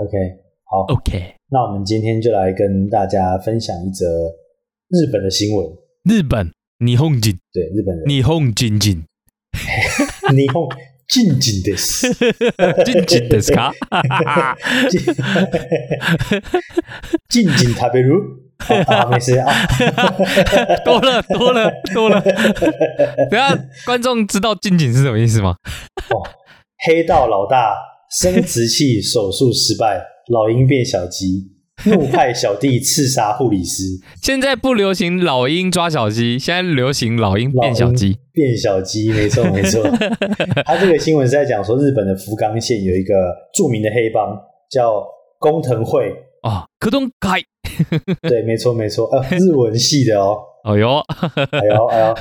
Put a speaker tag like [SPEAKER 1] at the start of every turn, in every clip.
[SPEAKER 1] OK，好，
[SPEAKER 2] OK，
[SPEAKER 1] 那我们今天就来跟大家分享一则日本的新闻。
[SPEAKER 2] 日本霓虹景，
[SPEAKER 1] 对，日本人，
[SPEAKER 2] 霓虹景景，
[SPEAKER 1] 你用近景的 事，
[SPEAKER 2] 景景的 是卡，
[SPEAKER 1] 近景食べる？啊，没事啊，
[SPEAKER 2] 多了多了多了。等一下观众知道近景是什么意思吗？
[SPEAKER 1] 黑道老大生殖器手术失败，老鹰变小鸡，怒派小弟刺杀护理师，
[SPEAKER 2] 现在不流行老鹰抓小鸡，现在流行老鹰变小鸡。
[SPEAKER 1] 变小鸡，没错没错。他这个新闻是在讲说，日本的福冈县有一个著名的黑帮叫工藤会，
[SPEAKER 2] 哦，可动开，
[SPEAKER 1] 对，没错没错，呃，日文系的哦，
[SPEAKER 2] 哦哟，
[SPEAKER 1] 哎呦哎呦，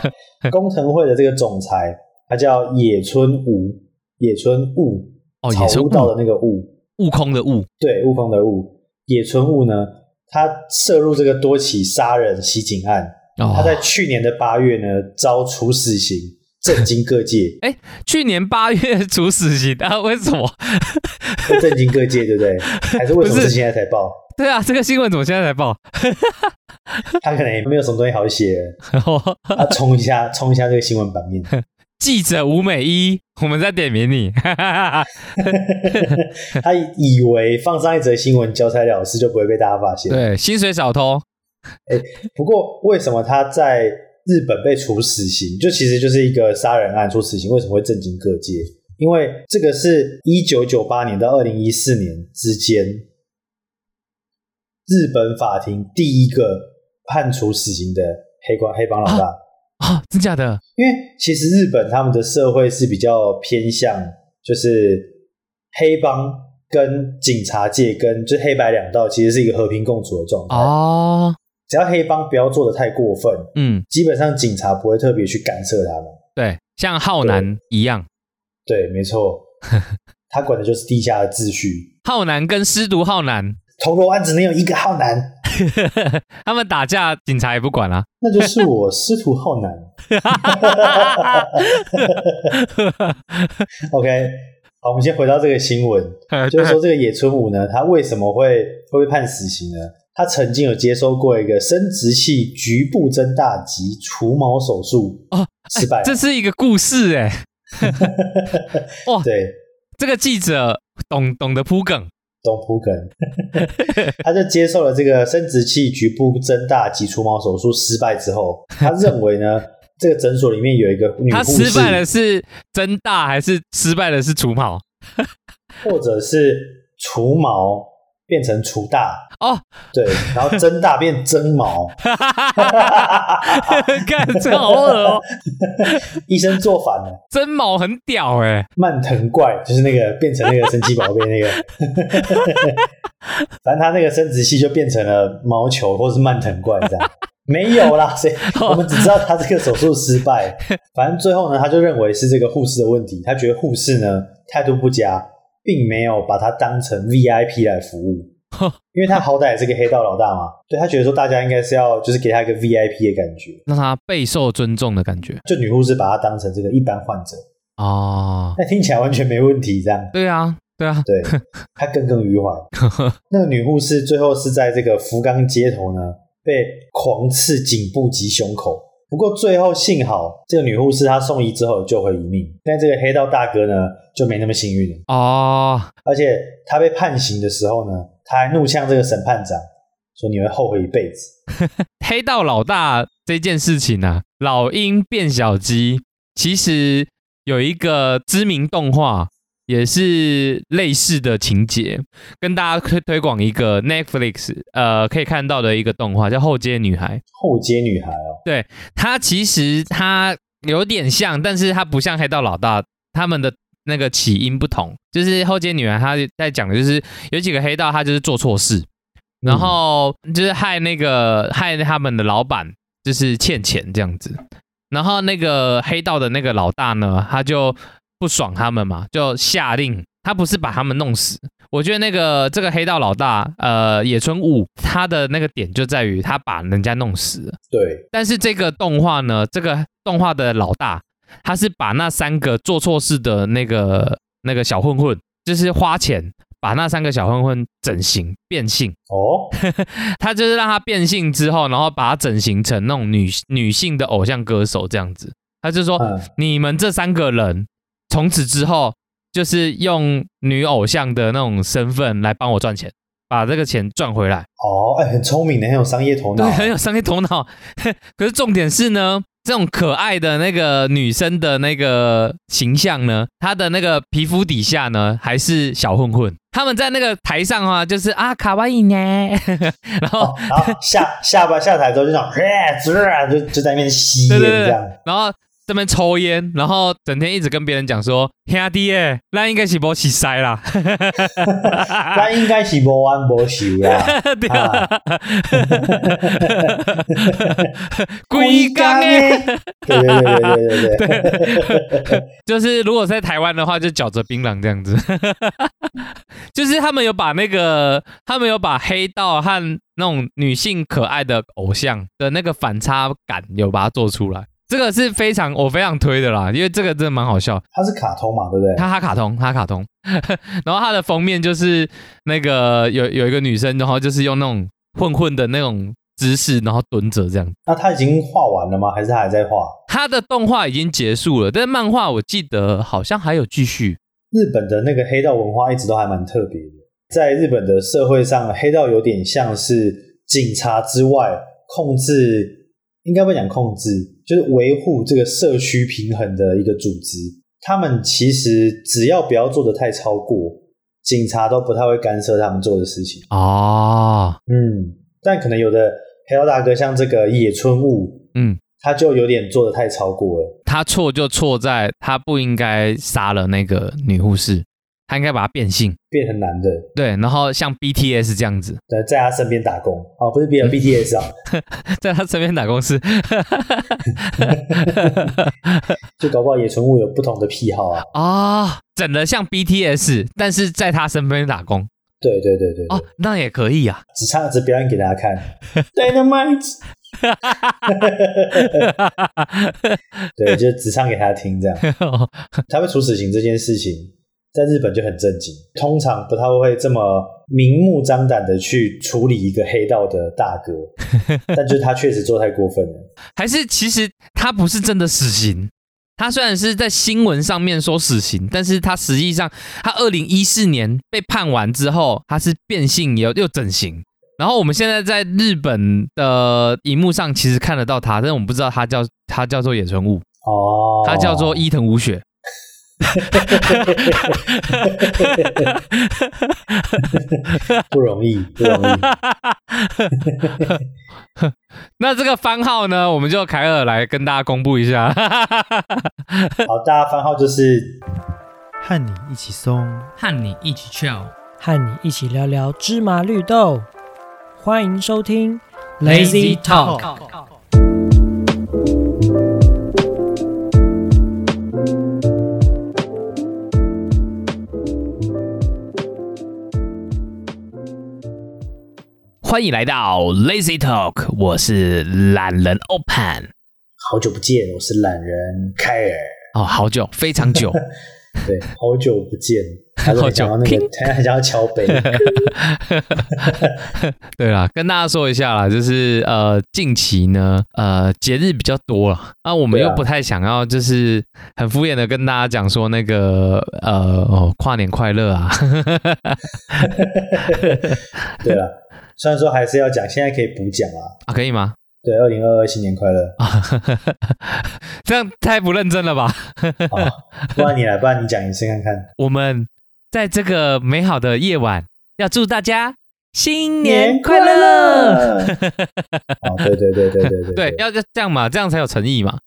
[SPEAKER 1] 工藤会的这个总裁，他叫野村悟，野村悟，
[SPEAKER 2] 哦，
[SPEAKER 1] 草
[SPEAKER 2] 也是
[SPEAKER 1] 悟
[SPEAKER 2] 悟
[SPEAKER 1] 道的那个悟，
[SPEAKER 2] 悟空的悟，
[SPEAKER 1] 对，悟空的悟，野村悟呢，他涉入这个多起杀人袭警案，
[SPEAKER 2] 哦
[SPEAKER 1] 他在去年的八月呢遭处死刑，震惊各界，
[SPEAKER 2] 去年八月处死刑，啊，为什么？
[SPEAKER 1] 会震惊各界，对不对？还是为什么
[SPEAKER 2] 不是
[SPEAKER 1] 是现在才报？
[SPEAKER 2] 对啊，这个新闻怎么现在才报？
[SPEAKER 1] 他可能也没有什么东西好写，他冲一下，冲一下这个新闻版面。
[SPEAKER 2] 记者吴美一，我们在点名你， 哈哈哈
[SPEAKER 1] 他以为放上一则新闻交差了事就不会被大家发现。
[SPEAKER 2] 对，薪水小偷，
[SPEAKER 1] 不过为什么他在日本被处死刑，就其实就是一个杀人案处死刑，为什么会震惊各界？因为这个是一九九八年到二零一四年之间，日本法庭第一个判处死刑的黑帮黑帮老大。
[SPEAKER 2] 啊， 真假的？
[SPEAKER 1] 因为其实日本他们的社会是比较偏向，就是黑帮跟警察界跟就是黑白两道其实是一个和平共处的状态。
[SPEAKER 2] 哦，
[SPEAKER 1] 只要黑帮不要做的太过分，
[SPEAKER 2] 嗯，
[SPEAKER 1] 基本上警察不会特别去干涉他们。
[SPEAKER 2] 对，像浩南一样，
[SPEAKER 1] 对，没错，他管的就是地下的秩序。
[SPEAKER 2] 浩南跟失毒浩南，
[SPEAKER 1] 铜锣湾只能有一个浩南，
[SPEAKER 2] 他们打架，警察也不管 啊。
[SPEAKER 1] 那就是我师徒浩南。OK，好，我们先回到这个新闻。 就是说，这个野村武呢，他为什么会会被判死刑呢？他曾经有接受过一个生殖器局部增大及除毛手术，
[SPEAKER 2] 哦，
[SPEAKER 1] 失败。
[SPEAKER 2] 这是一个故事哎、哇，
[SPEAKER 1] 对，
[SPEAKER 2] 这个记者懂懂得铺梗，
[SPEAKER 1] 懂铺梗， 他就接受了这个生殖器局部增大及除毛手术失败之后，他认为呢，这个诊所里面有一个女
[SPEAKER 2] 他
[SPEAKER 1] 护
[SPEAKER 2] 失败的
[SPEAKER 1] 士，
[SPEAKER 2] 是增大还是失败的是除毛？
[SPEAKER 1] 或者是除毛变成除大，
[SPEAKER 2] 哦，
[SPEAKER 1] 对，然后增大变增毛，
[SPEAKER 2] 哈哈哈哈哈！看这好恶哦，
[SPEAKER 1] 医生做反了，
[SPEAKER 2] 真毛很屌哎、
[SPEAKER 1] 蔓藤怪就是那个变成那个神奇宝贝那个， 反正他那个生殖器就变成了毛球或是蔓藤怪这样。没有啦，谁？我们只知道他这个手术失败。反正最后呢，他就认为是这个护士的问题，他觉得护士呢态度不佳，并没有把他当成 VIP 来服务，因为他好歹也是个黑道老大嘛，对他觉得说大家应该是要就是给他一个 VIP 的感觉，
[SPEAKER 2] 让他备受尊重的感觉
[SPEAKER 1] 就女护士把他当成这个一般患者，
[SPEAKER 2] 哦。
[SPEAKER 1] 那听起来完全没问题这样。
[SPEAKER 2] 对啊，对啊，
[SPEAKER 1] 对他耿耿于 怀。那个女护士最后是在这个福冈街头呢，被狂刺颈部及胸口。不过最后幸好这个女护士她送医之后救回一命，但这个黑道大哥呢就没那么幸运了。
[SPEAKER 2] 哦，
[SPEAKER 1] 而且他被判刑的时候呢，他还怒呛这个审判长说：“你会后悔一辈子。
[SPEAKER 2] 黑道老大这件事情啊，老鹰变小鸡，其实有一个知名动画。也是类似的情节，跟大家推推广一个 Netflix 呃可以看到的一个动画叫《后街女孩》，”
[SPEAKER 1] 后街女孩哦，
[SPEAKER 2] 它其实它有点像，但是它不像黑道老大，他们的那个起因不同。就是后街女孩，她在讲的就是有几个黑道，她就是做错事，然后就是害那个害他们的老板就是欠钱这样子。然后那个黑道的那个老大呢，他就不爽他们嘛，就下令，他不是把他们弄死。我觉得那个这个黑道老大，呃，野村悟，他的那个点就在于他把人家弄死了
[SPEAKER 1] 对，
[SPEAKER 2] 但是这个动画呢，这个动画的老大，他是把那三个做错事的那个那个小混混，就是花钱把那三个小混混整形变性，
[SPEAKER 1] 哦，
[SPEAKER 2] 他就是让他变性之后，然后把他整形成那种女女性的偶像歌手这样子。他就说，
[SPEAKER 1] 嗯，
[SPEAKER 2] 你们这三个人从此之后就是用女偶像的那种身份来帮我赚钱，把这个钱赚回来。
[SPEAKER 1] 哦，哎、很聪明的，很有商业头脑
[SPEAKER 2] 对，，很有商业头脑。 可是重点是呢，这种可爱的那个女生的那个形象呢，她的那个皮肤底下呢还是小混混。他们在那个台上啊，就是啊卡哇伊呢， 然后、
[SPEAKER 1] 哦然后下下巴下台之后就想，哎、呃，就就在那边吸烟
[SPEAKER 2] 对对对
[SPEAKER 1] 这样，
[SPEAKER 2] 然后这边抽烟，然后整天一直跟别人讲说兄弟耶，那应该是不起塞啦，
[SPEAKER 1] 那应该是不弯不修 啦，
[SPEAKER 2] 对啊， 龟缸哎。
[SPEAKER 1] 欸，对对对对对对对，
[SPEAKER 2] 就是如果在台湾的话，就嚼着槟榔这样子。 就是他们有把那个，他们有把黑道和那种女性可爱的偶像的那个反差感，有把它做出来。这个是非常我非常推的啦，因为这个真的蛮好笑。
[SPEAKER 1] 它是卡通嘛，对不对？
[SPEAKER 2] 它哈卡通，哈卡通， 然后它的封面就是那个有有一个女生，然后就是用那种混混的那种姿势，然后蹲着这样。
[SPEAKER 1] 那它已经画完了吗？还是它还在画？
[SPEAKER 2] 它的动画已经结束了，但是漫画我记得好像还有继续。
[SPEAKER 1] 日本的那个黑道文化一直都还蛮特别的，在日本的社会上，黑道有点像是警察之外控制，应该不讲控制，就是维护这个社区平衡的一个组织。他们其实只要不要做的太超过，警察都不太会干涉他们做的事情。
[SPEAKER 2] 哦，
[SPEAKER 1] 嗯，但可能有的黑道大哥像这个野村悟，
[SPEAKER 2] 嗯，
[SPEAKER 1] 他就有点做的太超过了。
[SPEAKER 2] 他错就错在他不应该杀了那个女护士，他应该把她变性，
[SPEAKER 1] 变成男的，
[SPEAKER 2] 对，然后像 BTS 这样子，
[SPEAKER 1] 呃，在他身边打工啊、哦，不是 B
[SPEAKER 2] 嗯
[SPEAKER 1] B T S 啊，
[SPEAKER 2] 在他身边打工是，
[SPEAKER 1] 就搞不好野村悟有不同的癖好啊。
[SPEAKER 2] 哦，整的像 BTS，但是在他身边打工，
[SPEAKER 1] 对对对对对，
[SPEAKER 2] 哦，那也可 以啊，
[SPEAKER 1] 只唱只表演给大家看。Dynamite，对， 就只唱给他听这样。
[SPEAKER 2] 哦
[SPEAKER 1] 他被处死刑这件事情，在日本就很震惊，通常不太会这么明目张胆的去处理一个黑道的大哥， 但就是他确实做太过分了。
[SPEAKER 2] 还是其实他不是真的死刑。他虽然是在新闻上面说死刑，但是他实际上，他二零一四年被判完之后，他是变性也有又整形。然后我们现在在日本的荧幕上其实看得到他，但是我们不知道他叫他叫做野村悟，
[SPEAKER 1] 哦，
[SPEAKER 2] 他叫做伊藤舞雪。
[SPEAKER 1] 不容易，不容易。
[SPEAKER 2] 那这个番号呢，我们就凯尔来跟大家公布一下。
[SPEAKER 1] 好，大家番号就是
[SPEAKER 3] 和你一起松。
[SPEAKER 2] 和你一起 chill，
[SPEAKER 3] 和你一起聊聊芝麻绿豆。欢迎收听
[SPEAKER 2] Lazy Talk。欢迎来到 Lazy Talk，我是懒人 Open。
[SPEAKER 1] 好久不见，我是懒人凯尔。
[SPEAKER 2] 哦，好久，非常 久，
[SPEAKER 1] 对，好久不见，他
[SPEAKER 2] 好
[SPEAKER 1] 很
[SPEAKER 2] 久
[SPEAKER 1] 想要那个，他很想要敲 杯。
[SPEAKER 2] 对啦，跟大家说一下啦，就是呃，近期呢，呃，节日比较多了，那、我们
[SPEAKER 1] 对啊
[SPEAKER 2] 又不太想要，就是很敷衍的跟大家讲说那个呃哦，跨年快乐啊，
[SPEAKER 1] 对了，虽然说还是要讲，现在可以补讲啊。
[SPEAKER 2] 啊，可以吗？
[SPEAKER 1] 对，二零二二新年快乐！
[SPEAKER 2] 啊，这样太不认真了吧？
[SPEAKER 1] 不然你来，不然你讲一次看看。
[SPEAKER 2] 我们在这个美好的夜晚，要祝大家新！！
[SPEAKER 1] 哦，对对对对对对
[SPEAKER 2] 对，要要这样嘛，这样才有诚意嘛。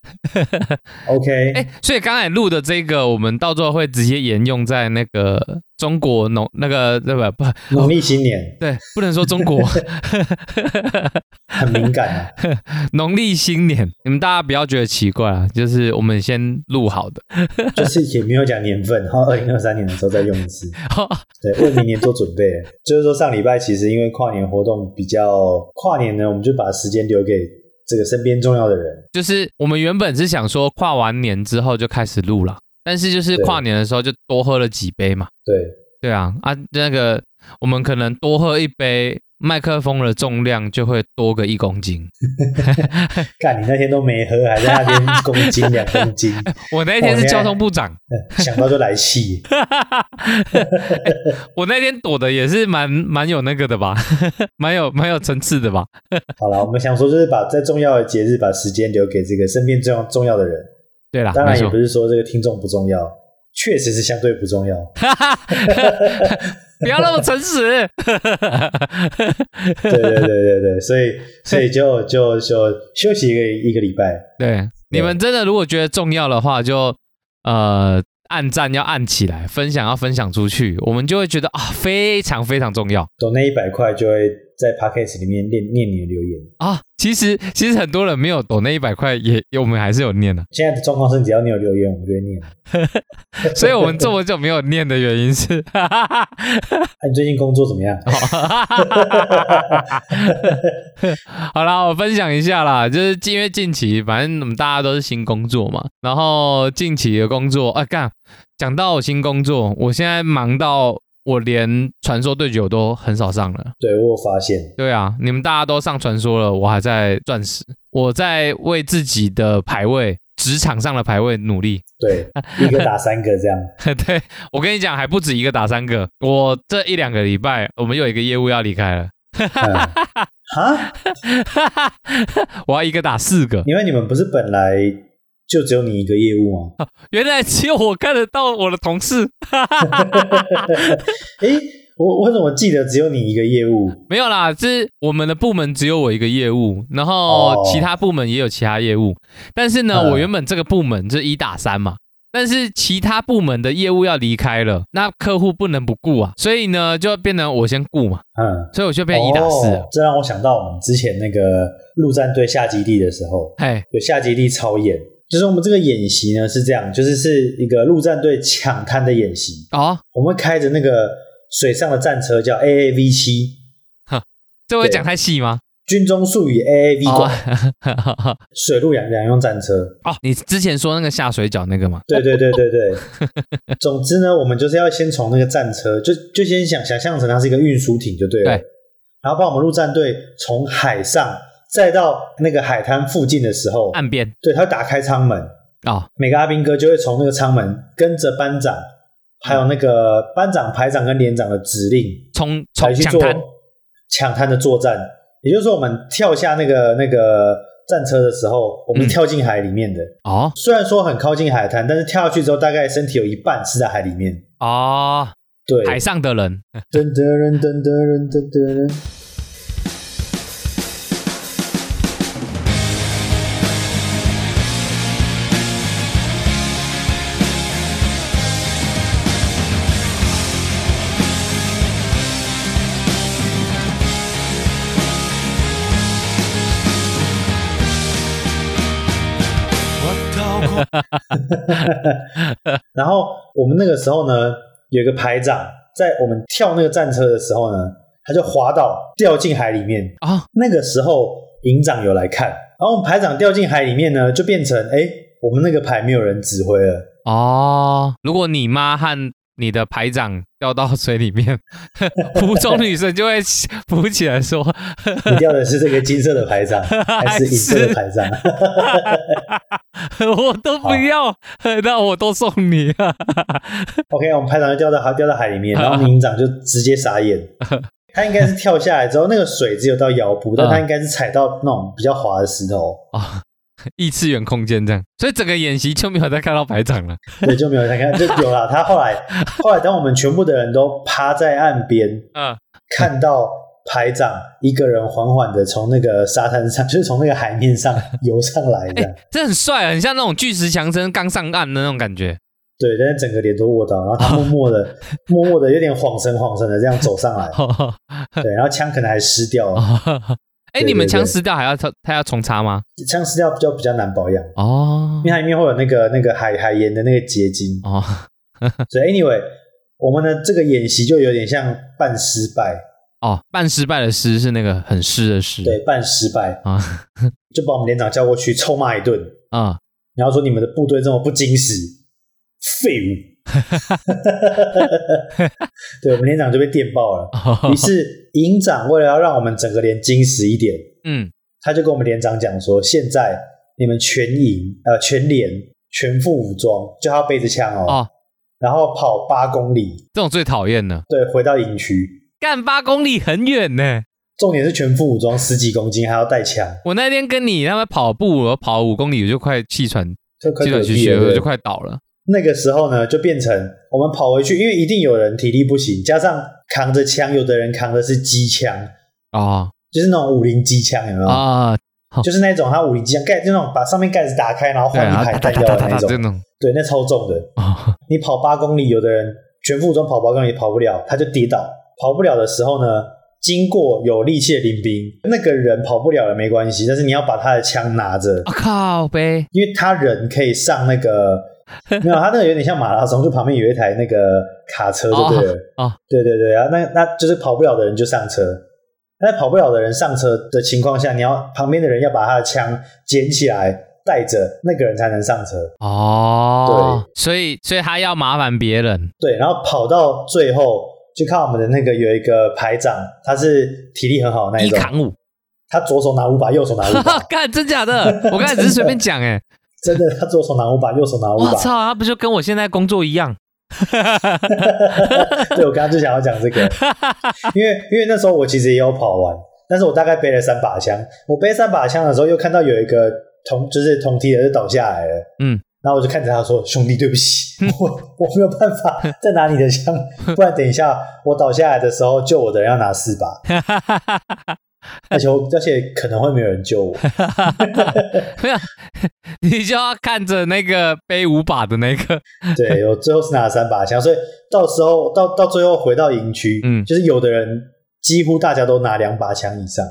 [SPEAKER 1] ，OK，
[SPEAKER 2] 哎，所以刚才录的这个，我们到最后会直接沿用在那个中国农那个对吧？不，
[SPEAKER 1] 农历新年
[SPEAKER 2] 对，不能说中国
[SPEAKER 1] 很敏感啊。
[SPEAKER 2] 农历新年，你们大家不要觉得奇怪啊，就是我们先录好的，
[SPEAKER 1] 就是也没有讲年份，然后二零二三年的时候再用一次，对，为明年做准备。就是说上礼拜其实因为跨年活动比较跨年呢，我们就把时间留给这个身边重要的人。
[SPEAKER 2] 就是我们原本是想说跨完年之后就开始录了，但是就是
[SPEAKER 1] 对
[SPEAKER 2] 跨年的时候就多喝了几杯嘛。
[SPEAKER 1] 对，
[SPEAKER 2] 对啊，啊，那个我们可能多喝一杯，麦克风的重量就会多个一公斤。
[SPEAKER 1] 干你那天都没喝，还在那边 一公斤两公斤，嗯
[SPEAKER 2] 我那天是交通部长，
[SPEAKER 1] 想到就来气。
[SPEAKER 2] 我那天躲的也是蛮蛮有那个的吧， 蛮有蛮有层次的吧。
[SPEAKER 1] 好了，我们想说就是把在重要的节日把时间留给这个身边重要重要的人，
[SPEAKER 2] 对啦，
[SPEAKER 1] 当然
[SPEAKER 2] 啊没
[SPEAKER 1] 也
[SPEAKER 2] 错
[SPEAKER 1] 不，是说这个听众不重要，确实是相对不重要。
[SPEAKER 2] 不要那么诚实。
[SPEAKER 1] 对对对对对，所以所以就就就休息一个一个礼拜，
[SPEAKER 2] 对，你们真的如果觉得重要的话，就呃按赞要按起来，分享要分享出去，我们就会觉得啊非常非常重要
[SPEAKER 1] 抖那一百块就会在 podcast 里面念念你的留言。
[SPEAKER 2] 啊。其实其实很多人没有抖那一百块也，也我们还是有念的、
[SPEAKER 1] 现在的状况是，只要你有留言，我们就会念。啊
[SPEAKER 2] 所以我们这么久没有念的原因是， 哈哈哈
[SPEAKER 1] 那、你最近工作怎么样？
[SPEAKER 2] 哈哈哈 好啦，我分享一下啦，就是因为近期反正我们大家都是新工作嘛，然后近期的工作啊，干讲到我新工作，我现在忙到我连传说对决我都很少上了。
[SPEAKER 1] 对我有发现，
[SPEAKER 2] 对啊，你们大家都上传说了，我还在钻石，我在为自己的排位。职场上的排位努力，
[SPEAKER 1] 对，一个打三个这样。
[SPEAKER 2] 对我跟你讲，还不止一个打三个。我这一两个礼拜，我们有一个业务要离开了，
[SPEAKER 1] 嗯啊、
[SPEAKER 2] 我要一个打四个。
[SPEAKER 1] 因为你们不是本来就只有你一个业务吗？
[SPEAKER 2] 原来只有我看得到我的同事，
[SPEAKER 1] 诶，我我怎么记得只有你一个业务？
[SPEAKER 2] 没有啦，是我们的部门只有我一个业务，然后
[SPEAKER 1] 哦
[SPEAKER 2] 其他部门也有其他业务。但是呢，
[SPEAKER 1] 嗯
[SPEAKER 2] 我原本这个部门就是一打三嘛，但是其他部门的业务要离开了，那客户不能不顾啊，所以呢就变成我先顾嘛，
[SPEAKER 1] 嗯，
[SPEAKER 2] 所以我就变一打四
[SPEAKER 1] 哦
[SPEAKER 2] 了。
[SPEAKER 1] 这让我想到我们之前那个陆战队下基地的时候，
[SPEAKER 2] 哎、
[SPEAKER 1] 有下基地操演，就是我们这个演习呢是这样，就是是一个陆战队抢滩的演习，
[SPEAKER 2] 哦，
[SPEAKER 1] 我们会开着那个水上的战车叫 AAV 七，
[SPEAKER 2] 这会讲太细吗？
[SPEAKER 1] 军中术语 AAV
[SPEAKER 2] 哦
[SPEAKER 1] 管、，水陆两两用战车。
[SPEAKER 2] 哦，你之前说那个下水饺那个吗？
[SPEAKER 1] 对对对对 对，总之呢，我们就是要先从那个战车，就就先想想象成它是一个运输艇就对了。
[SPEAKER 2] 对
[SPEAKER 1] 然后把我们陆战队从海上再到那个海滩附近的时候，
[SPEAKER 2] 岸边
[SPEAKER 1] 对，他会打开舱门，
[SPEAKER 2] 哦，
[SPEAKER 1] 每个阿兵哥就会从那个舱门跟着班长，还有那个班长、排长跟连长的指令，
[SPEAKER 2] 冲
[SPEAKER 1] 来
[SPEAKER 2] 冲
[SPEAKER 1] 去
[SPEAKER 2] 抢
[SPEAKER 1] 做
[SPEAKER 2] 滩，
[SPEAKER 1] 抢滩的作战。也就是说，我们跳下那个那个战车的时候，我们是
[SPEAKER 2] 嗯
[SPEAKER 1] 跳进海里面的。
[SPEAKER 2] 哦
[SPEAKER 1] 虽然说很靠近海滩，但是跳下去之后，大概身体有一半是在海里面。
[SPEAKER 2] 哦，
[SPEAKER 1] 对，
[SPEAKER 2] 海上的人，
[SPEAKER 1] 噔噔噔噔噔噔噔噔。然后我们那个时候呢，有一个排长在我们跳那个战车的时候呢，他就滑倒掉进海里面。
[SPEAKER 2] 哦
[SPEAKER 1] 那个时候营长有来看，然后我们排长掉进海里面呢，就变成哎，诶我们那个排没有人指挥了。
[SPEAKER 2] 哦，如果你妈和你的排长掉到水里面， 湖中女神就会浮起来说
[SPEAKER 1] 你掉的是这个金色的排长，还是银色的排啊长？：“
[SPEAKER 2] 我都不要， 那我都送你啊
[SPEAKER 1] OK，我们排长就掉到海掉到海里面，然后我们营长就直接傻眼。他应该是跳下来之后，那个水只有到腰部，但他应该是踩到那种比较滑的石头，
[SPEAKER 2] 哦！异次元空间这样，所以整个演习就没有再看到排长了。
[SPEAKER 1] 对，就没有看看就有了。他后来后来，当我们全部的人都趴在岸边，
[SPEAKER 2] 嗯，
[SPEAKER 1] 看到排长一个人缓缓的从那个沙滩上，就是从那个海面上游上来的，
[SPEAKER 2] 这很帅，啊很像那种巨石强森刚上岸的那种感觉。
[SPEAKER 1] 对，但是整个脸都握到，然后他默默的、默默的有点晃神晃神的这样走上来，
[SPEAKER 2] 哦
[SPEAKER 1] 对，然后枪可能还湿掉了，
[SPEAKER 2] 哦哎，
[SPEAKER 1] 对
[SPEAKER 2] 你们
[SPEAKER 1] 对
[SPEAKER 2] 枪
[SPEAKER 1] 对
[SPEAKER 2] 撕掉还要他他要重插吗？
[SPEAKER 1] 枪湿掉比较比较难保养。
[SPEAKER 2] 哦
[SPEAKER 1] 因为它里面会有那个那个海海盐的那个结晶，
[SPEAKER 2] 哦，
[SPEAKER 1] 所以 anyway，我们的这个演习就有点像半失败，
[SPEAKER 2] 哦，半失败的失是那个很湿的湿。
[SPEAKER 1] 对，半失败，
[SPEAKER 2] 啊
[SPEAKER 1] 就把我们连长叫过去臭骂一顿，
[SPEAKER 2] 啊
[SPEAKER 1] 然后说你们的部队这么不矜持，废物。 对，我们连长就被电爆了。
[SPEAKER 2] 哦
[SPEAKER 1] 于是营长为了要让我们整个连精实一点，
[SPEAKER 2] 嗯，
[SPEAKER 1] 他就跟我们连长讲说，现在你们全营呃全连全副武装，就他背着枪哦，
[SPEAKER 2] 哦，
[SPEAKER 1] 然后跑八公里，
[SPEAKER 2] 这种最讨厌了，
[SPEAKER 1] 对，回到营区。
[SPEAKER 2] 干八公里很远呢。
[SPEAKER 1] 重点是全副武装，十几公斤还要带枪，
[SPEAKER 2] 我那天跟你他们跑步，我跑五公里我就快气喘，
[SPEAKER 1] 这快
[SPEAKER 2] 气
[SPEAKER 1] 嗝
[SPEAKER 2] 喘吁
[SPEAKER 1] 屁
[SPEAKER 2] 吁，
[SPEAKER 1] 了。对不
[SPEAKER 2] 我
[SPEAKER 1] 对
[SPEAKER 2] 就快倒了。
[SPEAKER 1] 那个时候呢，就变成我们跑回去，因为一定有人体力不行，加上扛着枪，有的人扛的是机枪，
[SPEAKER 2] 哦
[SPEAKER 1] 就是那种五零机枪，有没有？
[SPEAKER 2] 啊，
[SPEAKER 1] 就是那种他五零机枪盖，就那种把上面盖子打开，然后
[SPEAKER 2] 对
[SPEAKER 1] 换一
[SPEAKER 2] 啊，
[SPEAKER 1] 排
[SPEAKER 2] 哒
[SPEAKER 1] 弹
[SPEAKER 2] 哒哒
[SPEAKER 1] 药
[SPEAKER 2] 哒
[SPEAKER 1] 的
[SPEAKER 2] 哒
[SPEAKER 1] 那
[SPEAKER 2] 哒
[SPEAKER 1] 种
[SPEAKER 2] 这。种
[SPEAKER 1] 对，那超重的。
[SPEAKER 2] 哦，
[SPEAKER 1] 你跑八公里，有的人全副武装跑八公里跑不了，他就跌倒。跑不了的时候呢，经过有力气的林兵，那个人跑不了了没关系，但是你要把他的枪拿着，
[SPEAKER 2] 啊靠呗，
[SPEAKER 1] 因为他人可以上那个，没有他那个有点像马拉松，就旁边有一台那个卡车，对不对了？
[SPEAKER 2] 哦哦
[SPEAKER 1] 对对对，啊然后那那就是跑不了的人就上车，那跑不了的人上车的情况下，你要旁边的人要把他的枪捡起来带着，那个人才能上车。
[SPEAKER 2] 哦，所以所以他要麻烦别人，
[SPEAKER 1] 对，然后跑到最后，就看我们的那个有一个排长，他是体力很好的那一
[SPEAKER 2] 一
[SPEAKER 1] 种，
[SPEAKER 2] 扛五，，
[SPEAKER 1] 他左手拿五把，右手拿五把
[SPEAKER 2] 干真 假的？我刚才只是随便讲哎，
[SPEAKER 1] 真的，他左手拿五把，右手拿五
[SPEAKER 2] 我
[SPEAKER 1] 把。
[SPEAKER 2] 操，他不就跟我现在工作一样？
[SPEAKER 1] 对，我刚刚就想要讲这个，因为因为那时候我其实也有跑完，但是我大概背了三把枪。我背三把枪的时候，又看到有一个同就是同梯的就倒下来了，
[SPEAKER 2] 嗯，
[SPEAKER 1] 然后我就看着他说：“兄弟，对不起，我我没有办法再拿你的枪，不然等一下我倒下来的时候救我的人要拿四把，而且我而且可能会没有人救我。
[SPEAKER 2] 没有，你就要看着那个背五把的那个，
[SPEAKER 1] 对我最后是拿了三把枪，所以到时候到到最后回到营区，
[SPEAKER 2] 嗯
[SPEAKER 1] 就是有的人几乎大家都拿两把枪以 上。”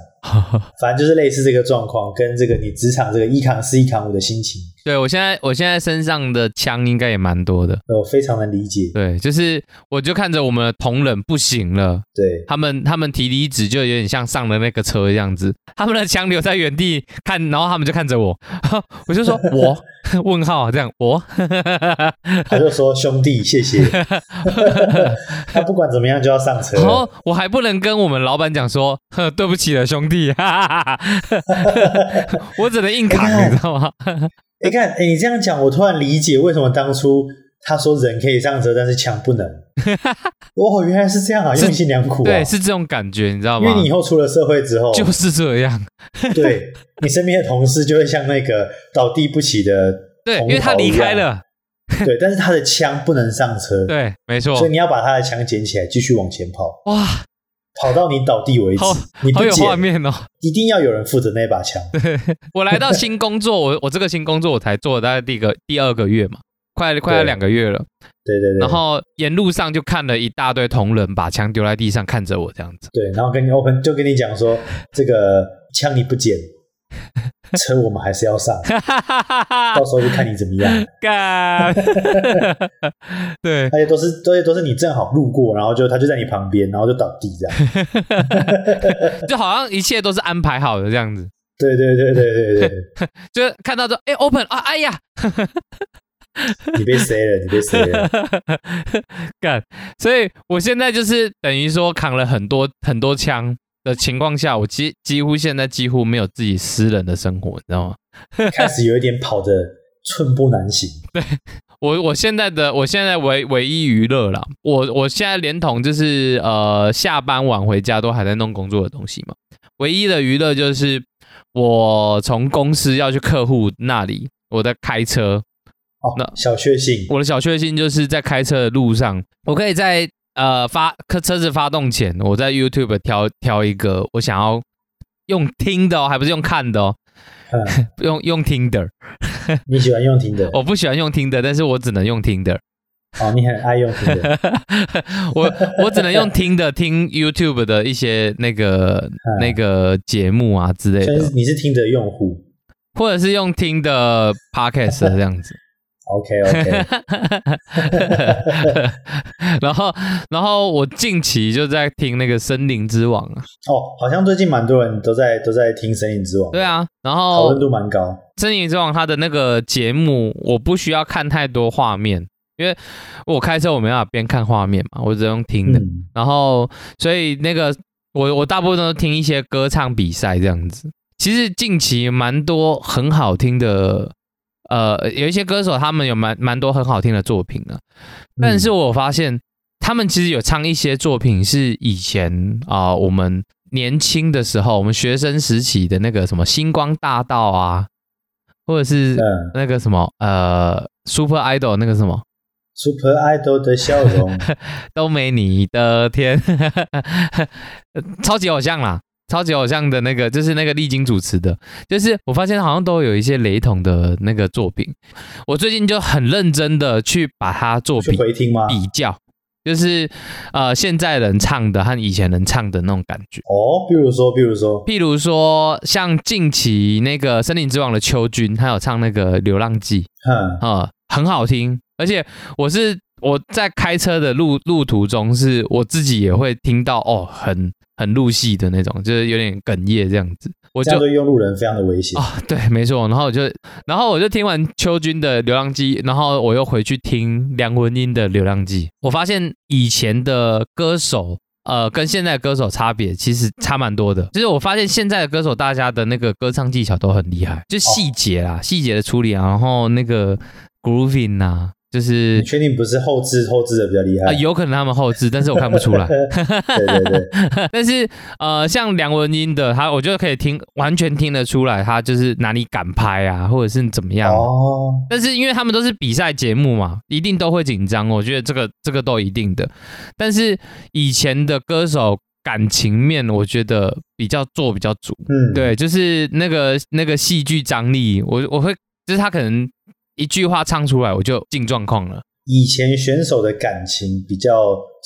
[SPEAKER 1] 反正就是类似这个状况，跟这个你职场这个一扛四一扛五的心情，
[SPEAKER 2] 对我现在我现在身上的枪应该也蛮多的，
[SPEAKER 1] 呃我非常能理解。
[SPEAKER 2] 对，就是我就看着我们的同仁不行了，
[SPEAKER 1] 对，
[SPEAKER 2] 他们他们提离职就有点像上了那个车这样子，他们的枪留在原地看，然后他们就看着我， 我就说我 问号啊这样我，
[SPEAKER 1] 他就说兄弟，谢 谢。他不管怎么样就要上车
[SPEAKER 2] 然，后我还不能跟我们老板讲说呵对不起了兄弟， 哈哈哈哈我只能硬扛，你知道 吗？
[SPEAKER 1] 你、看，哎、你这样讲，我突然理解为什么当初他说人可以上车，但是枪不 能。哦，原来是这样啊，
[SPEAKER 2] 是
[SPEAKER 1] 用心良苦啊。
[SPEAKER 2] 对，是这种感觉，你知道
[SPEAKER 1] 因
[SPEAKER 2] 吗
[SPEAKER 1] 为？你以后出了社会之后，
[SPEAKER 2] 就是这样，
[SPEAKER 1] 对你身边的同事就会像那个倒地不起的
[SPEAKER 2] 对，
[SPEAKER 1] 同啊
[SPEAKER 2] 因为他
[SPEAKER 1] 袍一
[SPEAKER 2] 离开
[SPEAKER 1] 样，
[SPEAKER 2] 了，
[SPEAKER 1] 对，但是他的枪不能上车，
[SPEAKER 2] 对，没错
[SPEAKER 1] 所，以你要把他的枪捡起来，继续往前跑。
[SPEAKER 2] 哇，
[SPEAKER 1] 跑到你倒地为止
[SPEAKER 2] 好。
[SPEAKER 1] 你
[SPEAKER 2] 好
[SPEAKER 1] 不
[SPEAKER 2] 有画
[SPEAKER 1] 捡，
[SPEAKER 2] 面哦。
[SPEAKER 1] 一定要有人负责那把枪。
[SPEAKER 2] 我来到新工作，我我这个新工作我才做了大概第一个第二个月嘛，快快要两个月了。
[SPEAKER 1] 对对对，
[SPEAKER 2] 然后沿路上就看了一大堆同仁把枪丢在地上看着我这样子，
[SPEAKER 1] 对，然后跟你 open 就跟你讲说，这个枪你不捡，车我们还是要上，
[SPEAKER 2] 哈哈哈哈哈
[SPEAKER 1] 到
[SPEAKER 2] 哈，
[SPEAKER 1] 时候就看你怎么 样。
[SPEAKER 2] 干，对，
[SPEAKER 1] 而且都是，而且都是你正好路过，然后就他就在你旁边，然后就倒地这样。
[SPEAKER 2] 就好像一切都是安排好的这样子，
[SPEAKER 1] 对对对对对对，
[SPEAKER 2] 就是看到说，哎，open 啊，哎呀，
[SPEAKER 1] 你被塞了，你被塞了。
[SPEAKER 2] 干，所以我现在就是等于说扛了很多很多枪的情况下，我几几乎现在几乎没有自己私人的生活，你知道吗？
[SPEAKER 1] 开始有一点跑的寸步难行。
[SPEAKER 2] 我我现在的我现在唯唯一娱乐啦，我我现在连同就是呃下班晚回家都还在弄工作的东西嘛，唯一的娱乐就是我从公司要去客户那里，我在开车，
[SPEAKER 1] 哦
[SPEAKER 2] 那，
[SPEAKER 1] 小确幸，
[SPEAKER 2] 我的小确幸就是在开车的路上，我可以在呃发车车子发动前，我在 YouTube 挑挑一个我想要用听的哦，还不是用看的哦，
[SPEAKER 1] 嗯，
[SPEAKER 2] 用用听的，
[SPEAKER 1] 你喜欢用听的，
[SPEAKER 2] 我不喜欢用听的，但是我只能用听的，
[SPEAKER 1] 哦，你很爱用听的，
[SPEAKER 2] 我我只能用听的听 YouTube 的一些那个
[SPEAKER 1] 嗯
[SPEAKER 2] 那个节目啊之类
[SPEAKER 1] 所以
[SPEAKER 2] 的，
[SPEAKER 1] 你是听的用户。
[SPEAKER 2] 或者是用听的 Podcast 这样子。
[SPEAKER 1] OK OK，
[SPEAKER 2] 然后然后我近期就在听那个《森林之王》啊，
[SPEAKER 1] 哦，好像最近蛮多人都在都在听《森林之王》，
[SPEAKER 2] 对啊，然
[SPEAKER 1] 讨
[SPEAKER 2] 后
[SPEAKER 1] 论度蛮高。
[SPEAKER 2] 《森林之王》它的那个节目，我不需要看太多画面，因为我开车我没办法边看画面嘛，我只能听的。
[SPEAKER 1] 嗯，
[SPEAKER 2] 然后所以那个我我大部分都听一些歌唱比赛这样子。其实近期蛮多很好听的，呃，有一些歌手他们有蛮蛮多很好听的作品啊。
[SPEAKER 1] 嗯
[SPEAKER 2] 但是我发现他们其实有唱一些作品是以前啊、我们年轻的时候，我们学生时期的那个什么星光大道啊，或者是
[SPEAKER 1] 嗯
[SPEAKER 2] 那个什么呃 Super Idol 那个什么
[SPEAKER 1] Super Idol 的笑 容，
[SPEAKER 2] 都没你的天， 超级偶像啦，超级偶像的那个就是那个丽晶主持的，就是我发现好像都有一些雷同的那个作品，我最近就很认真的去把它做
[SPEAKER 1] 去
[SPEAKER 2] 比
[SPEAKER 1] 回听吗？
[SPEAKER 2] 比较，就是呃现在人唱的和以前人唱的那种感觉。
[SPEAKER 1] 哦，比如说，比如说，
[SPEAKER 2] 譬如说，像近期那个《森林之王》的秋君，他有唱那个《流浪记》，
[SPEAKER 1] 哼，
[SPEAKER 2] 啊、很好听。而且我是我在开车的路路途中，是我自己也会听到哦，很很入戏的那种，就是有点哽咽这样子。我
[SPEAKER 1] 这
[SPEAKER 2] 就
[SPEAKER 1] 样对用路人非常的危险。
[SPEAKER 2] 啊、对，没错。然后我就，然后我就听完秋君的《流浪记》，然后我又回去听梁文音的《流浪记》，我发现以前的歌手。呃，跟现在的歌手差别其实差蛮多的。就是我发现现在的歌手，大家的那个歌唱技巧都很厉害，就细节啦、细节的处理啊，然后那个 grooving 呐、就是
[SPEAKER 1] 你确定不是后置后置的比较厉害？
[SPEAKER 2] 啊、有可能他们后置，但是我看不出来。
[SPEAKER 1] 对哎对对，
[SPEAKER 2] 但是呃，像梁文音的，他我就可以听完全听得出来，他就是哪里敢拍啊，或者是怎么样。
[SPEAKER 1] 哦，
[SPEAKER 2] 但是因为他们都是比赛节目嘛，一定都会紧张，我觉得这个这个都一定的。但是以前的歌手感情面，我觉得比较做比较足，
[SPEAKER 1] 嗯，，
[SPEAKER 2] 对，就是那个那个戏剧张力，我我会就是他可能一句话唱出来，我就进状况了。
[SPEAKER 1] 以前选手的感情比较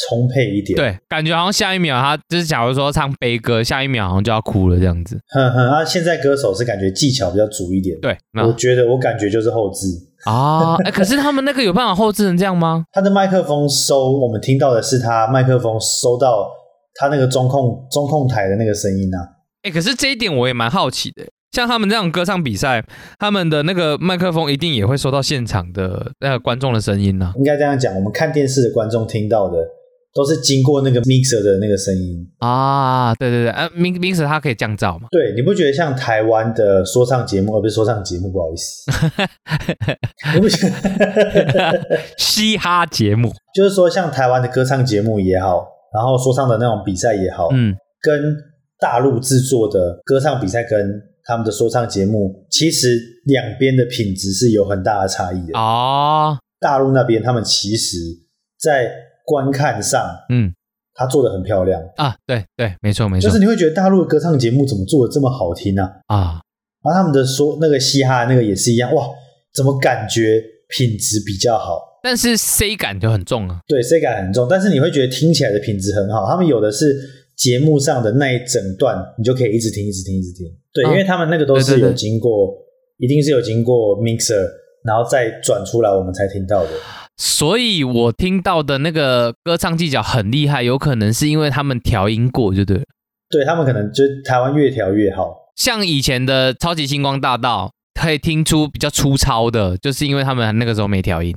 [SPEAKER 1] 充沛一点，，
[SPEAKER 2] 对，感觉好像下一秒他就是，假如说唱悲歌，下一秒好像就要哭了这样子。
[SPEAKER 1] 哼哼，啊，现在歌手是感觉技巧比较足一点，
[SPEAKER 2] 对，那
[SPEAKER 1] 我觉得我感觉就是后置，
[SPEAKER 2] 啊，哎、可是他们那个有办法后置成这样吗？
[SPEAKER 1] 他的麦克风收，我们听到的是他麦克风收到他那个中控中控台的那个声音啊，
[SPEAKER 2] 哎、可是这一点我也蛮好奇的。像他们这样歌唱比赛，他们的那个麦克风一定也会收到现场的那个观众的声音呢、啊
[SPEAKER 1] 应该这样讲，我们看电视的观众听到的都是经过那个 mixer 的那个声音。
[SPEAKER 2] 啊。对对对，呃，明明 Sir 他可以降噪嘛？
[SPEAKER 1] 对，你不觉得像台湾的说唱节目，而呃不是说唱节目，不好意 思，你不觉得？
[SPEAKER 2] 嘻哈节目，
[SPEAKER 1] 就是说像台湾的歌唱节目也好，然后说唱的那种比赛也好，
[SPEAKER 2] 嗯，
[SPEAKER 1] 跟大陆制作的歌唱比赛跟他们的说唱节目，其实两边的品质是有很大的差异的。
[SPEAKER 2] 哦，
[SPEAKER 1] 大陆那边他们其实，在观看上，
[SPEAKER 2] 嗯，
[SPEAKER 1] 他做的很漂亮，
[SPEAKER 2] 啊，对对，没错没
[SPEAKER 1] 就
[SPEAKER 2] 错
[SPEAKER 1] 是你会觉得大陆的歌唱节目怎么做的这么好听啊？
[SPEAKER 2] 啊，
[SPEAKER 1] 然后他们的说那个嘻哈那个也是一样，哇，怎么感觉品质比较好？
[SPEAKER 2] 但是 C 感就很重啊。
[SPEAKER 1] 对，这感很重，但是你会觉得听起来的品质很好。他们有的是节目上的那一整段，你就可以一直听，一直听，一直听。对，
[SPEAKER 2] 嗯
[SPEAKER 1] 因为他们那个都
[SPEAKER 2] 对
[SPEAKER 1] 是
[SPEAKER 2] 对对
[SPEAKER 1] 有经过，一定是有经过 mixer，然后再转出来我们才听到的。
[SPEAKER 2] 所以我听到的那个歌唱技巧很厉害，有可能是因为他们调音过，就对了。
[SPEAKER 1] 对他们可能就是台湾越调越好，
[SPEAKER 2] 像以前的超级星光大道，可以听出比较粗糙的，就是因为他们那个时候没调音。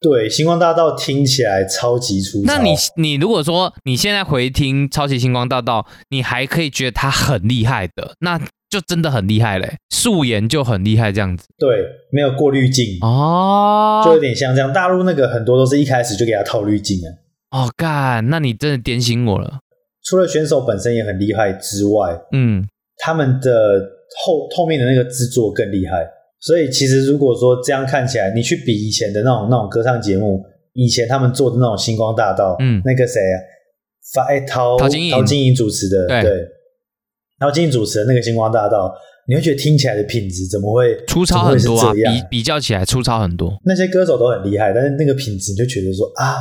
[SPEAKER 1] 对，星光大道听起来超级粗糙。
[SPEAKER 2] 那你你如果说你现在回听超级星光大道，你还可以觉得他很厉害的，那就真的很厉害嘞，素颜就很厉害这样子
[SPEAKER 1] 对没有过滤镜，就有
[SPEAKER 2] 哦。
[SPEAKER 1] 点像这样。大陆那个很多都是一开始就给他套滤镜了。
[SPEAKER 2] 哦，干，那你真的点醒我了。
[SPEAKER 1] 除了选手本身也很厉害之外，
[SPEAKER 2] 嗯，
[SPEAKER 1] 他们的后后面的那个制作更厉害。所以其实如果说这样看起来，你去比以前的那种那种歌唱节目，以前他们做的那种星光大道，
[SPEAKER 2] 嗯
[SPEAKER 1] 那个谁啊，发哎陶
[SPEAKER 2] 陶晶莹
[SPEAKER 1] 陶晶莹主持的，
[SPEAKER 2] 对
[SPEAKER 1] 对，陶晶莹主持的那个星光大道，你会觉得听起来的品质怎么会
[SPEAKER 2] 粗糙很
[SPEAKER 1] 怎
[SPEAKER 2] 多啊，
[SPEAKER 1] 么会是这样
[SPEAKER 2] 比比较起来粗糙很多。
[SPEAKER 1] 那些歌手都很厉害，但是那个品质你就觉得说啊，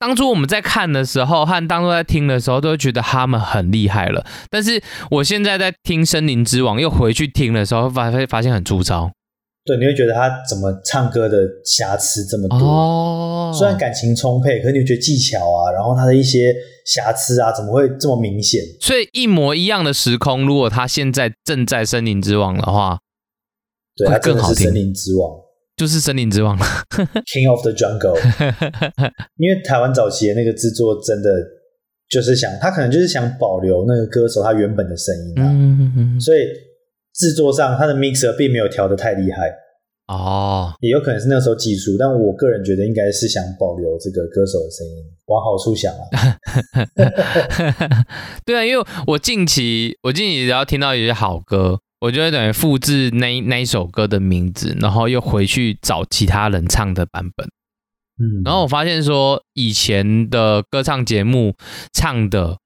[SPEAKER 2] 当初我们在看的时候和当初在听的时候，都会觉得他们很厉害了。但是我现在在听《森林之王》，又回去听的时候，发会发现很粗糙
[SPEAKER 1] 对，你会觉得他怎么唱歌的瑕疵这么多？
[SPEAKER 2] 哦
[SPEAKER 1] 虽然感情充沛，可是你觉得技巧啊，然后他的一些瑕疵啊，怎么会这么明显？
[SPEAKER 2] 所以一模一样的时空，如果他现在正在《森林之王》的话，
[SPEAKER 1] 对，
[SPEAKER 2] 会
[SPEAKER 1] 他真
[SPEAKER 2] 更
[SPEAKER 1] 的
[SPEAKER 2] 好
[SPEAKER 1] 是
[SPEAKER 2] 听
[SPEAKER 1] 森林之王，
[SPEAKER 2] 就是森林之王了。
[SPEAKER 1] King of the Jungle，因为台湾早期的那个制作真的就是想，他可能就是想保留那个歌手他原本的声音啊，
[SPEAKER 2] 嗯嗯嗯，
[SPEAKER 1] 所以制作上他的 mixer 并没有调的太厉害，
[SPEAKER 2] 哦，
[SPEAKER 1] 也有可能是那时候技术，但我个人觉得应该是想保留这个歌手的声音，往好处 想啊。
[SPEAKER 2] 对啊，因为我近期我近期只要听到一些好歌，我就会等于复制那一那一首歌的名字，然后又回去找其他人唱的版本。
[SPEAKER 1] 嗯，
[SPEAKER 2] 然后我发现说，以前的歌唱节目唱的